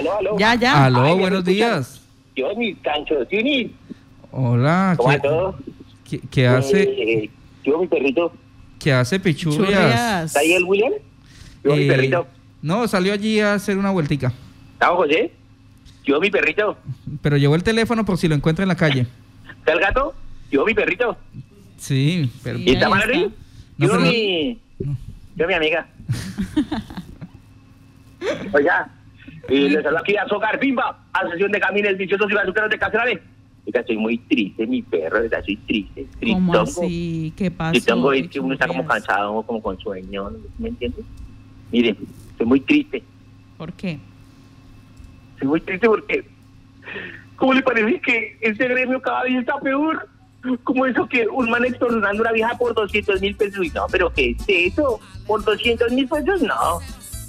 aló, aló. Ya, ya. Aló, Ay, ¿me buenos escuchan? días. Yo, mi Sancho Cini. Hola. ¿Cómo va ¿qué- todo? ¿Qué, qué hace, Eh, yo, mi perrito. qué hace Pichurrias? ¿Está ahí el William? Yo, mi Eh, perrito. no, salió allí a hacer una vueltica. ¿Está José? Yo, mi perrito. Pero llevó el teléfono por si lo encuentra en la calle. ¿Está el gato? Yo, mi perrito. Sí, pero... ¿Y Sí. está ahí Malari? está. No, Yo, pero- mi... Yo, mi amiga. Oiga, y les hablo aquí a Socar Pimba, Asociación de Camines Viciosos y Basuqueros de Casanare. Oiga, estoy muy triste, mi perro, oiga, soy triste, ¿Cómo tristongo. así? ¿Qué pasó? Y tengo es que Pichu uno está como Díaz? cansado, como con sueño, ¿me entiendes? Mire, estoy muy triste, ¿Por qué? estoy muy triste porque, ¿cómo le parece que este gremio cada vez está peor? ¿Cómo eso que un man extorsionando a una vieja por 200 mil pesos? Uy, no, pero ¿qué es eso? ¿Por 200 mil pesos? No.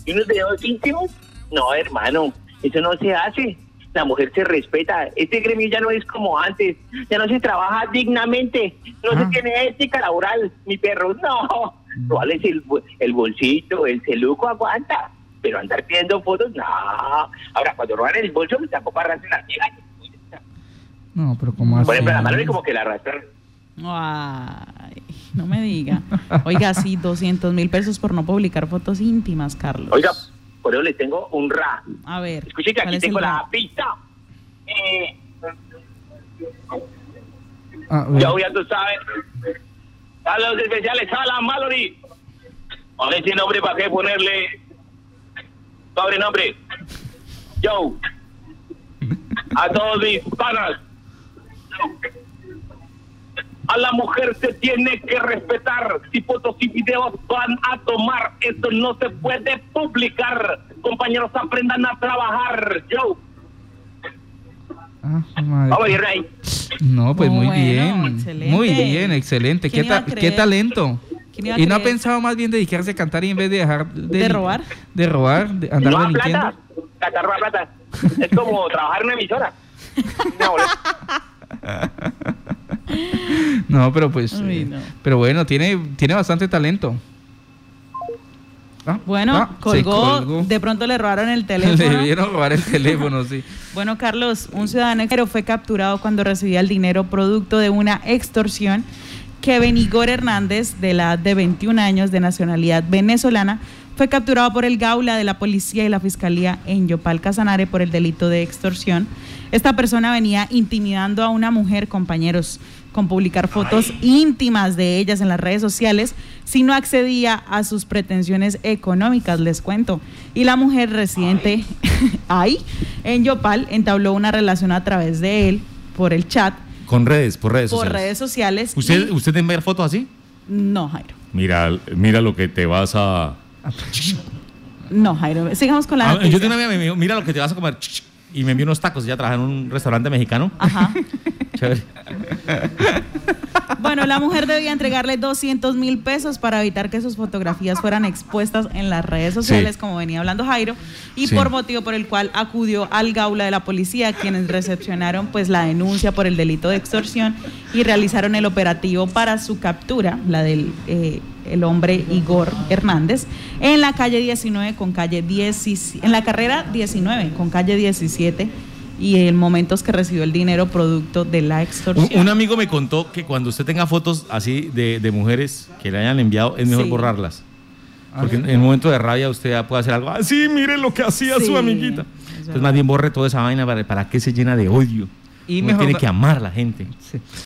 ¿Y unos videos íntimos? No, hermano, eso no se hace. La mujer se respeta. Este gremio ya no es como antes. Ya no se trabaja dignamente. No Ah. se tiene ética laboral. Mi perro, no. ¿Cuál es el, bu- el bolsito? El celuco aguanta. Pero andar pidiendo fotos, no. Ahora, cuando roban el bolso, pues, tampoco arrastran las viejas. No, pero ¿cómo hace? Por ejemplo, la mano como que la arrastran. Ay, no me diga. Oiga, sí, 200 mil pesos por no publicar fotos íntimas, Carlos. Oiga, por eso les tengo un ra. A ver. Escuche que ¿cuál aquí es el tengo la dato? pista. Eh, Ah, bueno. ya, ya tú sabes. A los especiales, a la Mallory. Con ese nombre, ¿para qué ponerle sobrenombre? Yo. A todos mis panas. A la mujer se tiene que respetar. Si fotos y videos van a tomar, eso no se puede publicar. Compañeros, aprendan a trabajar. Yo. Ah, su madre. Vamos, Virrey. No, pues muy Bueno, bien. excelente. Muy bien, excelente. ¿Quién ¿Qué, iba a ta- qué creer? talento? ¿Quién iba a ¿Y no ha creer? pensado más bien dedicarse a cantar y en vez de dejar de, ¿De robar? De robar, de andar No a delinquiendo. plata, catarro a plata. Es como trabajar en una emisora. No, No, pero pues. Uy, eh, no. Pero bueno, tiene, tiene bastante talento. Ah, Bueno, ah, se colgó, De pronto le robaron el Le teléfono. debieron robar el teléfono, sí. Bueno, Carlos, un ciudadano extranjero fue capturado cuando recibía el dinero producto de una extorsión que Benigor Hernández, de la edad de 21 años, de nacionalidad venezolana, fue capturado por el Gaula de la Policía y la Fiscalía en Yopal Casanare por el delito de extorsión. Esta persona venía intimidando a una mujer, compañeros, con publicar fotos íntimas de ellas en las redes sociales si no accedía a sus pretensiones económicas, les cuento. Y la mujer residente ahí en Yopal entabló una relación a través de él por el chat, Con redes, por redes por sociales. redes sociales. ¿Usted, y- ¿Usted envía fotos así? No, Jairo. Mira, mira lo que te vas a... No, Jairo. Sigamos con la Ah, noticia. yo tengo una amiga que me dijo, mira lo que te vas a comer. Y me envió unos tacos. Ella trabaja en un restaurante mexicano. Ajá. Chévere. Bueno, la mujer debía entregarle 200 mil pesos para evitar que sus fotografías fueran expuestas en las redes sociales, Sí. como venía hablando Jairo, y Sí. por motivo por el cual acudió al gaula de la policía, quienes recepcionaron pues la denuncia por el delito de extorsión y realizaron el operativo para su captura, la del eh, el hombre Igor Hernández, en la calle 19 con calle 17, en la carrera 19 con calle 17 y en momentos que recibió el dinero producto de la extorsión. Un, un amigo me contó que cuando usted tenga fotos así de, de mujeres que le hayan enviado, es mejor Sí. Ah, borrarlas. Porque en un momento de rabia usted ya puede hacer algo. Ah, sí, mire lo que hacía Sí, su amiguita. es Entonces, verdad. más bien borre toda esa vaina. ¿Para, para qué se llena de odio? Y Uno mejor tiene da- que amar a la gente. Sí.